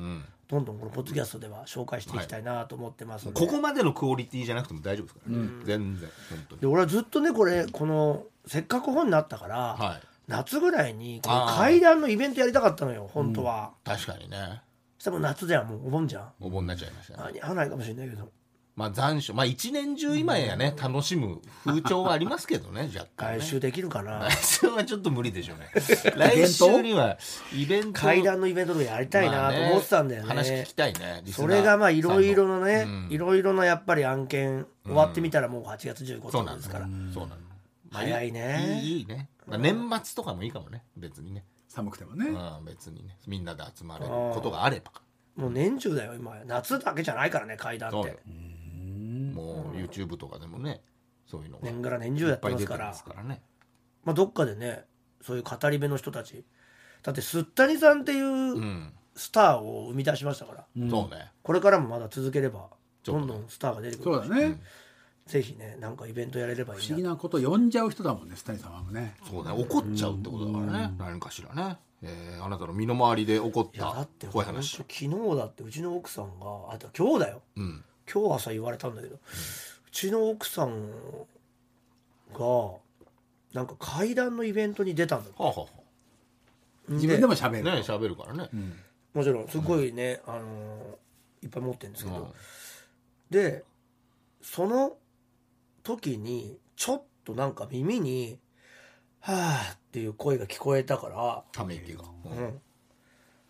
Speaker 3: どんどんこのポッドキャストでは紹介していきたいなと思ってますので,、
Speaker 2: ここまでのクオリティじゃなくても大丈夫ですからね、全然本当に
Speaker 3: で俺はずっとねこれこのせっかく本になったから、
Speaker 2: はい
Speaker 3: 夏ぐらいにこの
Speaker 2: あー
Speaker 3: 階段のイベントやりたかったのよ本当は、
Speaker 2: 確かにね
Speaker 3: そしたらもう夏だよもうお盆じゃん
Speaker 2: お盆になっちゃいましたね
Speaker 3: 間に合わないかもしれないけど
Speaker 2: まあ残暑まあ一年中今やね楽しむ風潮はありますけどね若干
Speaker 3: 来
Speaker 2: ね
Speaker 3: 週できるか な
Speaker 2: 来週はちょっと無理でしょうね来週にはイベント
Speaker 3: 階段のイベントとかやりたい
Speaker 2: ま
Speaker 3: な
Speaker 2: あ
Speaker 3: と
Speaker 2: ね
Speaker 3: 思ってたんだよね,、
Speaker 2: 話聞きたいねリスナ
Speaker 3: そ
Speaker 2: ー
Speaker 3: れがまあいろいろ
Speaker 2: さん
Speaker 3: なねいろいろなやっぱり案件終わってみたらもう8月15
Speaker 2: そう
Speaker 3: 日
Speaker 2: なん
Speaker 3: で
Speaker 2: ですすか
Speaker 3: か
Speaker 2: ららそうなん
Speaker 3: 早いね
Speaker 2: いいいいね、まあ、年末とかもいいかもね別にね
Speaker 4: 寒くてもね、
Speaker 2: うん別にねみんなで集まれることがあれば
Speaker 3: もう年中だよ今夏だけじゃないからね階段っ
Speaker 2: そう
Speaker 3: て
Speaker 2: よもう YouTube とかでもねそういうのが
Speaker 3: 年がら年中やってますから
Speaker 2: いっぱい出てますからね
Speaker 3: まあ、どっかでねそういう語り部の人たちだってすったにさんっていううんスターを生み出しましたから、
Speaker 2: そうね
Speaker 3: これからもまだ続ければ
Speaker 2: ょっ
Speaker 3: ど
Speaker 2: と
Speaker 3: ん
Speaker 2: ね
Speaker 3: どんスターが出てくる
Speaker 4: そうだね、
Speaker 3: ぜひねなんかイベントやれればい
Speaker 4: 不
Speaker 3: い
Speaker 4: 思
Speaker 3: な
Speaker 4: 議なこと呼んじゃう人だもんねスタイさんはもね
Speaker 2: そうね怒っちゃうってことだからね何かしらねえーあなたの身の回りで起こっ
Speaker 3: いやだ
Speaker 2: た
Speaker 3: って
Speaker 2: 怖
Speaker 3: 本
Speaker 2: い
Speaker 3: 当
Speaker 2: 話
Speaker 3: 昨日だってうちの奥さんがあと今日だよ
Speaker 2: うん
Speaker 3: 今日朝言われたんだけど、うちの奥さんがなんか階段のイベントに出たんだって
Speaker 2: はあはあは
Speaker 4: 自分でも喋
Speaker 2: あ
Speaker 4: る、
Speaker 2: ね喋るからね
Speaker 3: もちろんすごいね、あのーいっぱい持ってるんですけど、
Speaker 2: うん
Speaker 3: でその時にちょっとなんか耳に「はあ」っていう声が聞こえたか
Speaker 2: ため息が
Speaker 3: ら「うん、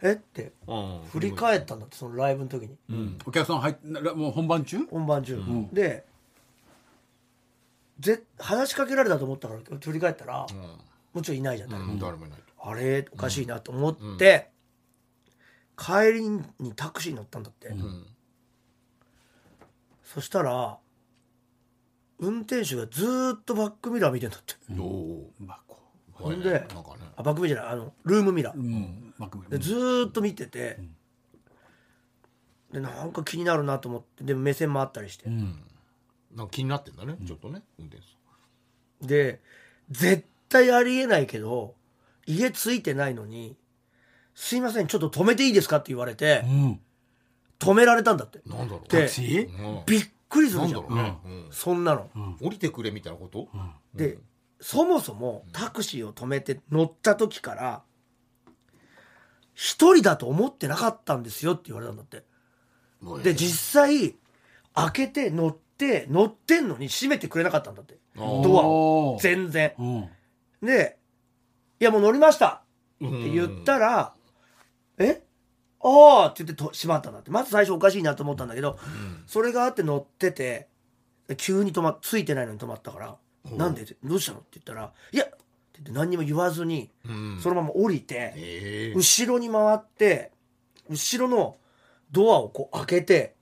Speaker 3: えっ?」て
Speaker 2: うん
Speaker 3: 振り返ったんだってそのライブの時に
Speaker 4: うんお客さん入っもう本番中
Speaker 3: 本番中、でぜ話しかけられたと思ったから振り返ったら、
Speaker 2: うん
Speaker 3: もちろんいないじゃん誰
Speaker 2: う
Speaker 3: も
Speaker 2: ん誰もいないと
Speaker 3: あれおかしいなと思って、帰りにタクシーに乗ったんだって、そしたら運転手がずーっとバックミラー見てんだって、
Speaker 2: お
Speaker 4: まあこ
Speaker 2: おほ
Speaker 3: んで
Speaker 2: なんかね
Speaker 3: あバックミラーじゃないあのルームミラー、
Speaker 4: ううんマク
Speaker 3: でずーっと見てて、でなんか気になるなと思ってで目線もあったりして、
Speaker 2: なんか気になってんだねちょっとね運転手さん
Speaker 3: で絶対ありえないけど家ついてないのに「すいませんちょっと止めていいですか?」って言われて、
Speaker 4: ん
Speaker 3: 止められたんだって
Speaker 2: なんだろう
Speaker 3: で
Speaker 4: シー
Speaker 2: うん
Speaker 3: びっくりす
Speaker 2: な
Speaker 3: る
Speaker 2: ん
Speaker 3: じ
Speaker 2: だ
Speaker 3: ゃん
Speaker 2: ろうねうん
Speaker 3: そんなの、
Speaker 2: 降りてくれみたいなこと
Speaker 3: でそもそもタクシーを止めて乗った時から一人だと思ってなかったんですよって言われたんだってで実際開けて乗って乗ってんのに閉めてくれなかったんだってドアを
Speaker 4: おー
Speaker 3: 全然
Speaker 4: うん
Speaker 3: で「いやもう乗りました」って言ったら「えああ」って言ってと閉まったんだってまず最初おかしいなと思ったんだけど、それがあって乗ってて急に止まっついてないのに止まったから「なんで?」って「どうしたの?」って言ったら「いや」って言って何にも言わずに、そのまま降りて、
Speaker 2: ええ
Speaker 3: 後ろに回って後ろのドアをこう開けて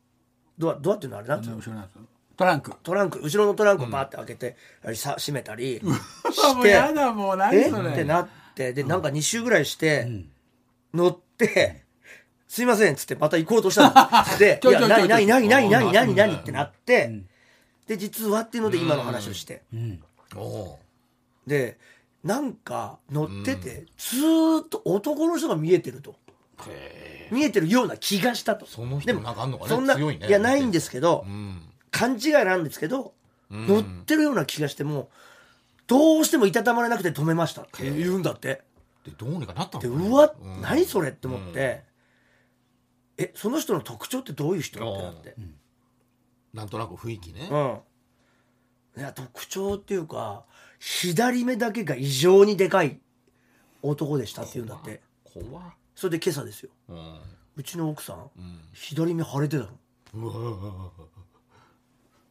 Speaker 3: ドアドアっていうのはあれなんていうの
Speaker 4: 後ろのやつトランク
Speaker 3: トランク後ろのトランクをバーって開けて、さ閉めたり
Speaker 4: あ
Speaker 3: し
Speaker 4: もう
Speaker 3: て。
Speaker 4: やだもう何
Speaker 3: え
Speaker 4: それ
Speaker 3: ってなってでなんか2周ぐらいして、乗って「すいません」っつってまた行こうとしたので「い
Speaker 4: ちょい
Speaker 3: や
Speaker 4: ちょいちょい
Speaker 3: 何何何何何何
Speaker 2: う
Speaker 3: 何?」
Speaker 2: ん
Speaker 3: ってなって、で実はっていうので今の話をして、
Speaker 2: おう
Speaker 3: でなんか乗ってて、ずーっと男の人が見えてると
Speaker 2: へえ
Speaker 3: 見えてるような気がしたと
Speaker 2: その人
Speaker 3: でも
Speaker 2: なんかあんのかね
Speaker 3: そんな
Speaker 2: 強いね
Speaker 3: やないんですけど、
Speaker 2: うん
Speaker 3: 勘違いなんですけど、乗ってるような気がしてもどうしてもいたたまれなくて止めましたって言うんだって。
Speaker 2: でどうにかなったの
Speaker 3: で
Speaker 2: かね
Speaker 3: うわ、
Speaker 2: ん
Speaker 3: 何それって思って、えその人の特徴ってどういう人ってなって、
Speaker 2: なんとなく雰囲気ね
Speaker 3: うんいや特徴っていうか左目だけが異常にでかい男でしたっていうんだって
Speaker 2: 怖っ
Speaker 3: それで今朝ですよ
Speaker 2: うん
Speaker 3: うちの奥さん、左目腫れてたの
Speaker 2: う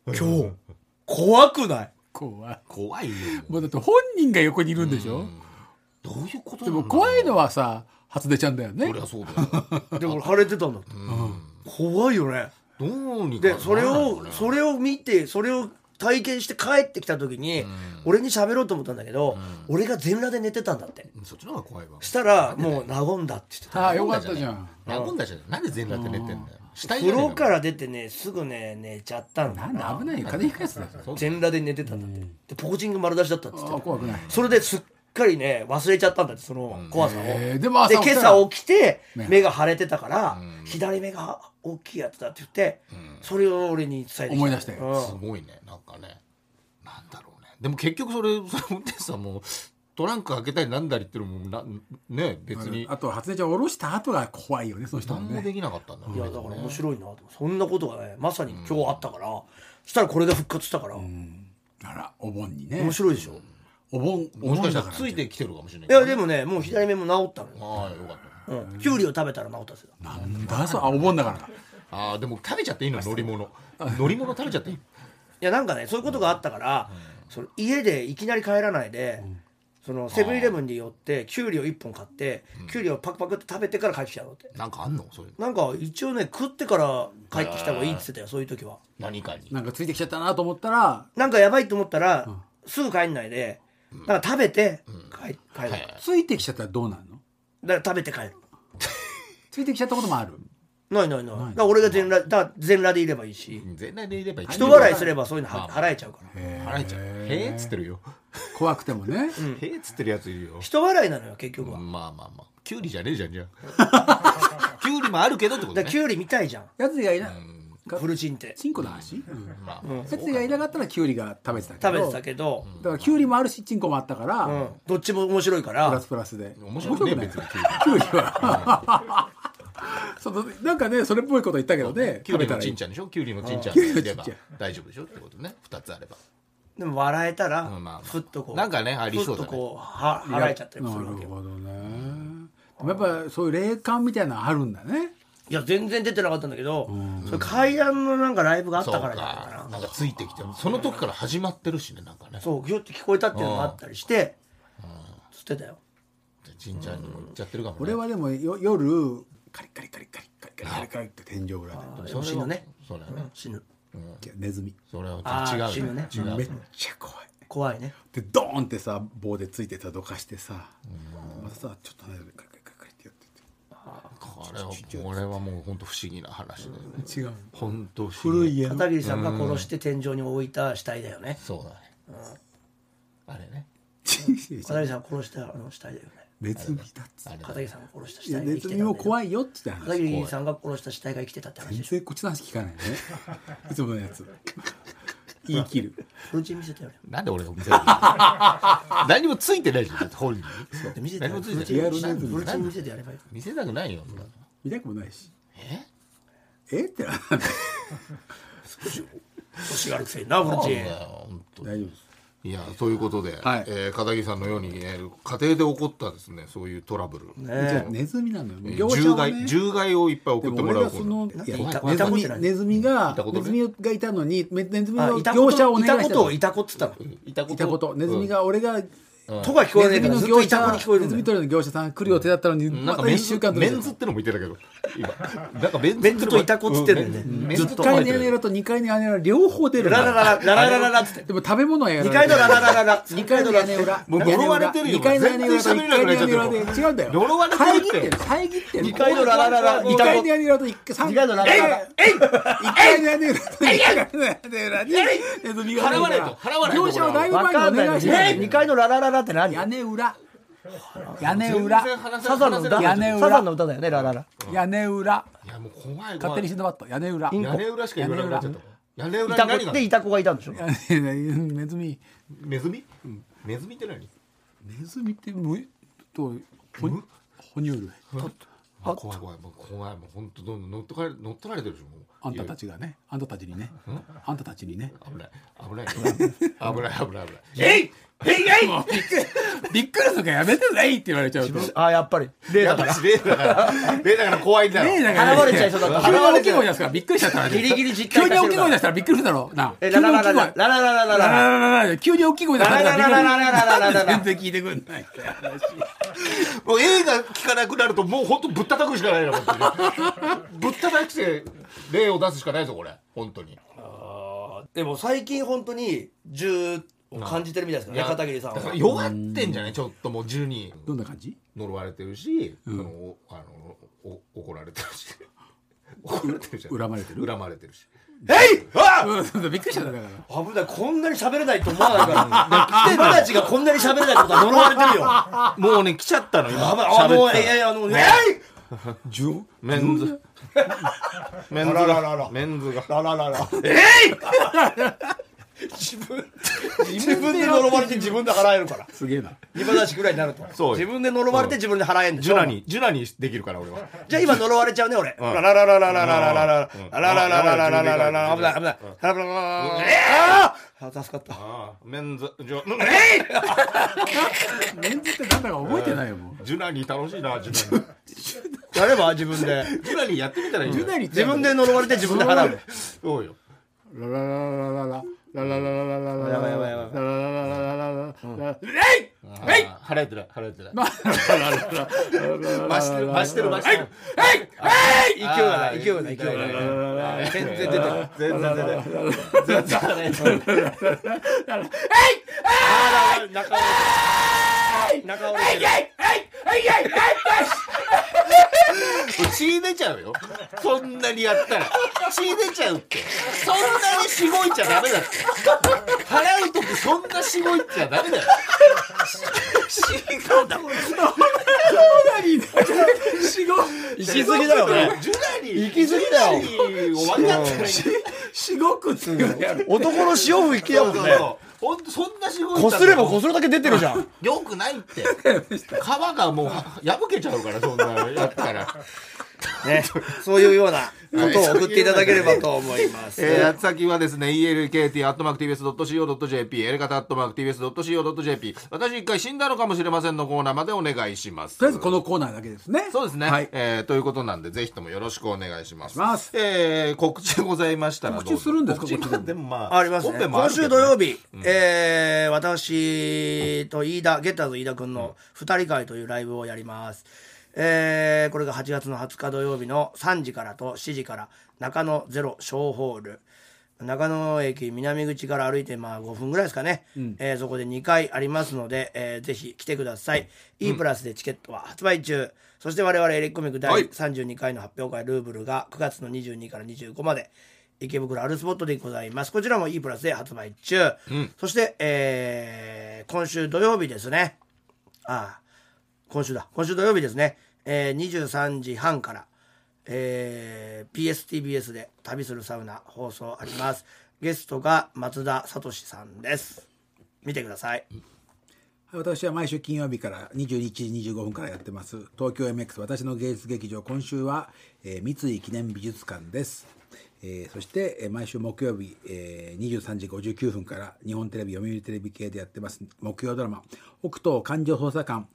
Speaker 2: わ
Speaker 3: 今日 怖くない
Speaker 4: 怖い
Speaker 2: 怖いよ
Speaker 4: もうだって本人が横にいるんでしょ
Speaker 2: どういうことな
Speaker 4: でも
Speaker 2: の
Speaker 4: 怖いのはさ初出ちゃんだよね
Speaker 2: そりゃそうだよ
Speaker 3: でも腫れてたんだって、怖いよね
Speaker 2: どうにかな
Speaker 3: で
Speaker 2: らない
Speaker 3: それ
Speaker 2: の
Speaker 3: を
Speaker 2: かね
Speaker 3: それを見てそれを体験して帰ってきた時に、俺に喋ろうと思ったんだけど、俺が全裸で寝てたんだって
Speaker 2: そっちの方が怖いわ
Speaker 3: したらもう和んだって言ってた
Speaker 4: ああ、よかったじゃん。
Speaker 2: 和んだじゃんなんで全裸で寝てんだよ死体じ
Speaker 3: 風
Speaker 2: ゃねえ
Speaker 3: 呂
Speaker 2: の
Speaker 3: から出てねすぐね寝ちゃったんだ
Speaker 4: なんだ、危ないよ。風邪ひくやつだよ。
Speaker 3: 全裸で寝てたんだって、でポコチング丸出しだったって言って
Speaker 4: ああ、
Speaker 3: た
Speaker 4: 怖くない。
Speaker 3: それですっかりね忘れちゃったんだってその怖さを、
Speaker 4: えーでも朝起き
Speaker 3: 今
Speaker 4: たら
Speaker 3: 朝起きて
Speaker 4: ね
Speaker 3: 目が腫れてたから、左目が大きいやつだって言って、それを俺に伝えてきた
Speaker 4: 思い出したよ
Speaker 3: うん
Speaker 2: すごいねなんかねなんだろうねでも結局それそれ運転手さんもトランク開けたりなんだりっていうのもなね別に
Speaker 4: あと、発熱ちゃん下ろした後が怖いよね、その人は
Speaker 2: 何も
Speaker 4: ね。
Speaker 2: できなかったんだろう
Speaker 3: い
Speaker 2: ね
Speaker 3: やだから面白いなと思ってそんなことがねまさに今日あったから、そしたらこれが復活したから、
Speaker 4: あら、お盆にね
Speaker 3: 面。白いでしょ、い
Speaker 4: お盆、お
Speaker 2: もしかし
Speaker 4: 盆
Speaker 2: た
Speaker 4: だ
Speaker 2: ら
Speaker 4: から。
Speaker 2: ついてきてるかもしれない
Speaker 3: やでもねもう左目も治ったのよ、
Speaker 2: ああよかった
Speaker 3: うん、キュウリを食べたら治ったんですよ
Speaker 4: なんだそう、あ、お盆だからか。
Speaker 2: ああでも食べちゃっていいの乗り物乗り物食べちゃっていい
Speaker 3: いやなんかねそういうことがあったから、その家でいきなり帰らないで、そのセブンイレブンに寄ってキュウリを1本買って、キュウリをパクパクって食べてから帰ってきたのって
Speaker 2: なんかあんのそういう
Speaker 3: なんか一応ね食ってから帰ってきた方がいいって言ってたよそういう時は
Speaker 2: 何かに
Speaker 4: なんかついてきちゃったなと思ったら、
Speaker 3: なんかやばいと思ったら、すぐ帰んないでなんか食べて帰,、帰る、
Speaker 2: はい
Speaker 4: ついてきちゃったらどうなるの
Speaker 3: だから食べて帰る
Speaker 4: ついてきちゃったこともある。
Speaker 3: ないないないだから俺が全裸だから全裸でいればいいし
Speaker 2: 全裸でいれば
Speaker 3: 人笑いす
Speaker 2: れ
Speaker 3: ればそういうのは払えちゃうから
Speaker 2: 払えちゃうへえっつってるよ
Speaker 4: 怖くてもね。
Speaker 2: へえっつってるやついるよ
Speaker 3: 人笑いなのよ結局
Speaker 2: ま
Speaker 3: は、
Speaker 2: あ
Speaker 3: だ
Speaker 2: まあまあきゅうりじゃねえじゃんじゃあきゅうりもあるけどってこ
Speaker 3: か
Speaker 2: と
Speaker 3: ら
Speaker 2: ね
Speaker 3: キュウリみたいじゃん
Speaker 4: やつがいな、
Speaker 3: フルチンって
Speaker 4: チンコの話うん
Speaker 2: まあまあ
Speaker 4: やつがいなかったらキュウリが食べてたけど
Speaker 3: 食べてたけど、
Speaker 4: だからキュウリもあるしチンコもあったから、
Speaker 3: うんどっちも面白いか
Speaker 4: プラ
Speaker 3: ら
Speaker 4: スプラスで
Speaker 2: 面白くねえ別に
Speaker 4: 面白くないキュウリは そのなんかねそれっぽいこと言ったけどね
Speaker 2: きゅうり
Speaker 4: 食べた
Speaker 2: の
Speaker 4: らい
Speaker 2: ち
Speaker 4: い
Speaker 2: んちゃんでしょきゅうりのちんちゃん
Speaker 4: キュウ
Speaker 2: で
Speaker 4: リの
Speaker 2: い
Speaker 4: ち
Speaker 2: れ
Speaker 4: ん
Speaker 2: ば
Speaker 4: ちゃん
Speaker 2: 大丈夫でしょってことね二つあれば
Speaker 3: でも笑えたら、
Speaker 2: んまあまあ
Speaker 3: ふっとこう
Speaker 2: なんかねありそうだね
Speaker 3: ふっとこうは払えちゃったりも
Speaker 4: な
Speaker 3: す
Speaker 4: る
Speaker 3: るわけよ
Speaker 4: ほどねでもやっぱそういう霊感みたいなのあるんだね
Speaker 3: いや全然出てなかったんだけど、それ階段のなんかライブがあった
Speaker 2: そう
Speaker 3: からじゃないか
Speaker 2: か
Speaker 3: な
Speaker 2: なんかついてきてその時から始まってるしねなんかね
Speaker 3: そうギュッて聞こえたっていうのもあったりしてつってたよ
Speaker 2: ちんちゃんにも行っちゃってるかもね
Speaker 4: 俺はでもよ夜カリカリカリカリカリカリカリカリって天井裏で
Speaker 2: それは
Speaker 3: 死ぬね
Speaker 2: そうだよね
Speaker 3: 死ぬ
Speaker 4: いやネズミ
Speaker 2: それは
Speaker 3: あー
Speaker 2: 違う
Speaker 3: 死ぬね
Speaker 2: 違う
Speaker 4: めっちゃ怖い
Speaker 3: 怖いね
Speaker 4: でドーンってさ棒でついてさどかしてさまたさちょっとねカリカリカリカリってやってて
Speaker 2: これはこれはもう本当不思議な話だよね
Speaker 4: 違う
Speaker 2: 本当不思
Speaker 4: 古い
Speaker 2: 議
Speaker 4: 家の
Speaker 3: 片桐さんが殺して天井に置いた死体だよね
Speaker 2: そうだねあれね
Speaker 3: 片桐さんが殺したあの死体だよね
Speaker 4: ネズミだっつっ
Speaker 2: あれ
Speaker 3: 片桐さんが殺した
Speaker 4: てい
Speaker 3: 死
Speaker 4: や
Speaker 3: 体が
Speaker 4: ネ
Speaker 3: 生き
Speaker 4: ズ
Speaker 3: てたん
Speaker 4: ミも
Speaker 3: だよ
Speaker 4: 怖いよっつって
Speaker 3: 片
Speaker 4: 話
Speaker 3: 桐さんが殺した死体が生きてたって話
Speaker 4: 全
Speaker 3: でしょ
Speaker 4: 然こっちの話聞かないねいつものやつ言い切る
Speaker 3: フルチン見せてよね
Speaker 2: なんで俺が見せるの 何もついてないじゃんだって本人
Speaker 3: 見せて
Speaker 2: 何
Speaker 3: よ
Speaker 2: も
Speaker 3: フ
Speaker 2: つい
Speaker 3: ル
Speaker 2: て
Speaker 3: チン
Speaker 2: ない
Speaker 4: リアルネズミ
Speaker 3: フルチン見せてやればいい
Speaker 2: 見せたくないよ
Speaker 4: 見たくもないし
Speaker 2: え
Speaker 4: えってなんだ
Speaker 3: 年があるくせになフルチン
Speaker 2: 本当
Speaker 4: 大丈夫です
Speaker 2: いやということで、
Speaker 4: はい
Speaker 2: えー片桐さんのように、えー家庭で起こったですねそういうトラブル、
Speaker 4: じゃあネズミなのよ
Speaker 2: えー
Speaker 4: 業者
Speaker 2: 重
Speaker 4: は
Speaker 2: 害
Speaker 4: ね
Speaker 2: 重害をいっぱい送
Speaker 4: で
Speaker 2: って
Speaker 4: も
Speaker 2: もら
Speaker 4: 俺
Speaker 2: う
Speaker 4: が
Speaker 2: こ
Speaker 4: そ
Speaker 2: と
Speaker 4: のいや
Speaker 3: いた
Speaker 4: ネズ
Speaker 3: いたことじ
Speaker 4: ミ
Speaker 3: ゃない
Speaker 4: ネズミが
Speaker 2: いたこと
Speaker 4: ネ
Speaker 2: ね
Speaker 4: ズミがいたのにめネズミ
Speaker 3: あ
Speaker 4: の
Speaker 3: いたこ
Speaker 4: 業者
Speaker 3: と
Speaker 4: をお
Speaker 3: いた
Speaker 4: 願い
Speaker 3: こ
Speaker 4: した
Speaker 3: とを
Speaker 4: の
Speaker 3: い
Speaker 4: い
Speaker 3: た
Speaker 2: いた
Speaker 3: こっつったの
Speaker 2: こと
Speaker 4: たことネズミが俺が
Speaker 3: とが聞こえね
Speaker 4: ネ
Speaker 3: え
Speaker 4: ズ
Speaker 3: か
Speaker 4: ミ
Speaker 3: らずっと
Speaker 4: の業
Speaker 3: いたこに
Speaker 4: 者
Speaker 3: 聞こえる
Speaker 4: ネ
Speaker 3: ん
Speaker 4: ズ
Speaker 3: だよ
Speaker 4: ミ取りの業者さん来る予定だったのに
Speaker 2: な
Speaker 4: ま
Speaker 2: んか
Speaker 4: た
Speaker 2: メン
Speaker 4: 1
Speaker 2: ズ
Speaker 4: 週間
Speaker 2: メンズってのも言ってたけど今なんかメンズ
Speaker 3: メンズといたこっつってんだよね
Speaker 2: ね
Speaker 4: 1回にやらと2回にやら両方出る
Speaker 3: ラララララララララっつって
Speaker 4: でも食べ物はやら
Speaker 3: 二
Speaker 4: な
Speaker 3: 階
Speaker 4: い
Speaker 3: のラララララ
Speaker 4: 二階の屋根裏。
Speaker 2: もう呪われてるよ
Speaker 4: 2階の屋根裏と
Speaker 2: 全然喋
Speaker 4: 1
Speaker 2: れな
Speaker 4: 階
Speaker 2: く
Speaker 4: の
Speaker 2: なっちゃってる
Speaker 4: 屋根裏で。違うんだよ。
Speaker 2: 呪われてるって
Speaker 4: 遮ってる。遮ってる。
Speaker 3: 二階のララララ
Speaker 4: 2階の屋根裏と1階、
Speaker 3: 二階のララララ
Speaker 4: えい1階の屋根裏と1階の屋根裏に、ネズミが
Speaker 2: 払わないと払わないと
Speaker 4: 業者はだいぶ
Speaker 3: わ
Speaker 4: 前に
Speaker 3: か
Speaker 4: お
Speaker 3: んない
Speaker 4: 願
Speaker 3: の
Speaker 4: い
Speaker 3: に
Speaker 4: してたんだ
Speaker 3: 2
Speaker 4: よ
Speaker 3: 階のララララって何
Speaker 4: 屋根裏。屋根裏。
Speaker 3: サザンの歌
Speaker 4: 屋
Speaker 3: サ
Speaker 4: 根裏
Speaker 3: ザンの歌だよねラララ
Speaker 4: 屋根裏。
Speaker 2: いやもう怖い
Speaker 4: 勝
Speaker 2: 怖
Speaker 4: 手に
Speaker 2: い
Speaker 4: シンドバット。屋根裏。
Speaker 2: 屋根裏しか言わなくなっちゃった屋根裏
Speaker 3: い
Speaker 2: に
Speaker 3: た
Speaker 2: 何
Speaker 3: こ
Speaker 2: が
Speaker 3: でいた子がいたんでしょ
Speaker 4: ネズミ。
Speaker 2: ネズミネズミって何
Speaker 4: ネズミってむとほに哺乳類。
Speaker 2: あ怖い怖いもう怖いもう本当どんどん乗っとかれ乗っ取られてるでしょもう
Speaker 4: あんたたちがね、あんたたちにね、あんたたちにね。
Speaker 2: 危ない危ない危ない危ない危ないえいえいえい
Speaker 4: びっくりびっくりとかやめてないって言われちゃうと。
Speaker 3: あやっぱり例
Speaker 2: や
Speaker 3: だ
Speaker 2: っ
Speaker 3: か
Speaker 2: ぱり
Speaker 3: ら
Speaker 2: し例だから例だから怖いんだ
Speaker 4: ねえ
Speaker 2: ろ
Speaker 4: だから
Speaker 3: 現れちゃいそうだった
Speaker 4: 急に大きい声出すからびっくりしちゃったらね
Speaker 3: ギリギリ実体化し
Speaker 4: 急に大
Speaker 3: て
Speaker 4: き
Speaker 3: るか
Speaker 4: い
Speaker 3: ら
Speaker 4: 声出したらびっくりするだろうな。
Speaker 3: え
Speaker 4: 急
Speaker 3: ラ
Speaker 4: に
Speaker 3: ラ
Speaker 4: 大
Speaker 3: ラ
Speaker 4: きい声。
Speaker 3: ララララララ
Speaker 4: ララ
Speaker 3: ラ
Speaker 4: ラララ急に大きい声出したらびっくり
Speaker 3: ララララララララ
Speaker 4: 全然聞いてくんないって話。
Speaker 2: もう映画聞かなくなるともう本当ぶったたくしかないな本当にぶったたくして例を出すしかないぞこれ本当に
Speaker 3: でも最近本当に10を感じてるみたいですからね片桐さん
Speaker 2: だから
Speaker 3: は
Speaker 2: 弱ってんじゃないちょっともう10人
Speaker 4: どんな感じ
Speaker 2: 呪われてるし、あのおあのお怒られてるし 怒られてるじゃん
Speaker 4: 恨まれてる
Speaker 2: 恨まれてるし
Speaker 3: えいあ
Speaker 4: うんびっくりしたんだから
Speaker 3: 危ないこんなに喋れないと思わないか ら今たちがこんなに喋れないってことは呪われてるよや
Speaker 2: もうね来ちゃったの今
Speaker 3: ばいあ
Speaker 2: 喋
Speaker 3: の
Speaker 2: ったら
Speaker 3: えいやいやあのえい
Speaker 4: ジュン
Speaker 2: メンズ メンズ
Speaker 3: あらららら
Speaker 2: がメンズが
Speaker 3: ララララえい自分自分で呪われて自分で払えるから
Speaker 4: すげえな
Speaker 3: 二番足ぐらいになると
Speaker 2: そうよ
Speaker 3: 自分で呪われて自分で払えんだ
Speaker 2: ジュナにジュナにできるから俺は
Speaker 3: じゃあ今呪われちゃうね俺。ララララララララララララララララララ危ない危ない。ララララララああ助かった。
Speaker 2: ああメンズジュナえい
Speaker 4: メンズってなんだか覚えてないよもう
Speaker 2: ジュナに楽しいなジュナに
Speaker 3: やれば自分で。
Speaker 2: ジュナにやってみたらいいよ
Speaker 4: ジュナに
Speaker 3: 自分で呪われて自分で払う。
Speaker 2: そうよ
Speaker 4: ララララララララララララララ
Speaker 3: やばいやばいやば
Speaker 4: ラララララララララ
Speaker 2: はい払えてない払えてない
Speaker 3: 増してる
Speaker 2: 増してる増してる
Speaker 3: 勢いがない勢いがない勢いがない。 全然出てない。
Speaker 2: 全然出ない全然出ない
Speaker 3: 中折れ。中折れ。
Speaker 2: 血出ちゃうよそんなにやったら血出ちゃうってそんなにしごいちゃダメだって払う時そんなしごいちゃダメだよ
Speaker 3: 行き過ぎだよね。
Speaker 2: ジュナに
Speaker 3: 行き過ぎだよ
Speaker 2: ジュナに分かってない
Speaker 4: しごくっていうのやる
Speaker 3: 男の潮吹きだもんね。
Speaker 2: ほんとそんなしごいちゃ
Speaker 3: こすればこするだけ出てるじゃん。
Speaker 2: よくないって皮がもう破けちゃうからそんなやったら
Speaker 3: ね。そういうようなことを送っていただければと思います。
Speaker 2: えー、宛先はですね、elkt.tbs.co.jp、エレカタ .tbs.co.jp、私一回死んだのかもしれませんのコーナーまでお願いします。
Speaker 4: とりあえずこのコーナーだけですね
Speaker 2: そうですね、
Speaker 4: はい
Speaker 2: えーということなんで、ぜひともよろしくお願いします。
Speaker 4: ます
Speaker 2: えー告知ございましたらどうぞ
Speaker 4: 告知するんですか
Speaker 2: 告知
Speaker 4: こっちでも
Speaker 2: でもま あ、
Speaker 3: ありますね。
Speaker 2: 本編もあ
Speaker 3: 今
Speaker 2: るけど
Speaker 3: 週土曜日、えー私と飯田、ゲッターズ飯田くんの二人会というライブをやります。えーこれが8月の20日土曜日の3時からと7時から、中野ゼロ小ホール。中野駅南口から歩いてまあ5分ぐらいですかね、えーそこで2回ありますので、えーぜひ来てください、E プラスでチケットは発売中そして我々エレコミック
Speaker 2: は
Speaker 3: 第
Speaker 2: い
Speaker 3: 32回の発表会ルーブルが9月の22から25まで池袋アルスポットでございますこちらも E プラスで発売中、そして、えー今週土曜日ですねああ今週だ今週土曜日ですね、えー23時半から、えー PSTBS で旅するサウナ放送ありますゲストが松田聡さんです見てください
Speaker 4: 私は毎週金曜日から21時25分からやってます東京 MX 私の芸術劇場今週は、えー三井記念美術館です、えーそして、えー毎週木曜日、えー23時59分から日本テレビ読売テレビ系でやってます木曜ドラマ北東環状捜査官、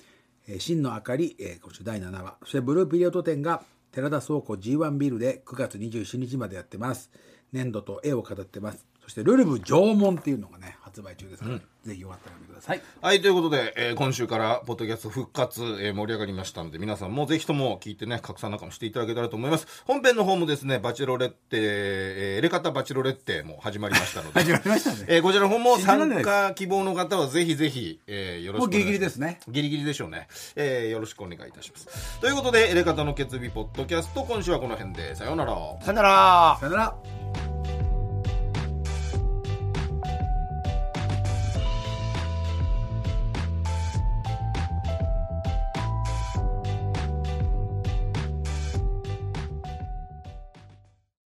Speaker 4: えー真の明かり、えー今週第7話そしてブルーピリオド展が寺田倉庫 G1 ビルで9月27日までやってます粘土と絵を飾ってますそしてルルブ縄文っていうのがね発売中ですから、ぜひよかったら見てください
Speaker 2: はい、ということで、えー今週から、ポッドキャスト復活、えー盛り上がりましたので、皆さんもぜひとも聞いてね、拡散なんかもしていただけたらと思います。本編の方もですね、バチェロレッテ、えー、エレカタバチェロレッテも始まりましたので、
Speaker 4: 始まりましたね
Speaker 2: えーこちらの方も
Speaker 4: 信じられない
Speaker 2: 参加希望の方は、ぜひぜひ、えーよろしくお願いします。
Speaker 4: もうギリギリですね。
Speaker 2: ギリギリでしょうね。えーよろしくお願いいたします。ということで、エレカタの決意ポッドキャスト、今週はこの辺で、さようなら。
Speaker 3: さよなら
Speaker 4: さよなら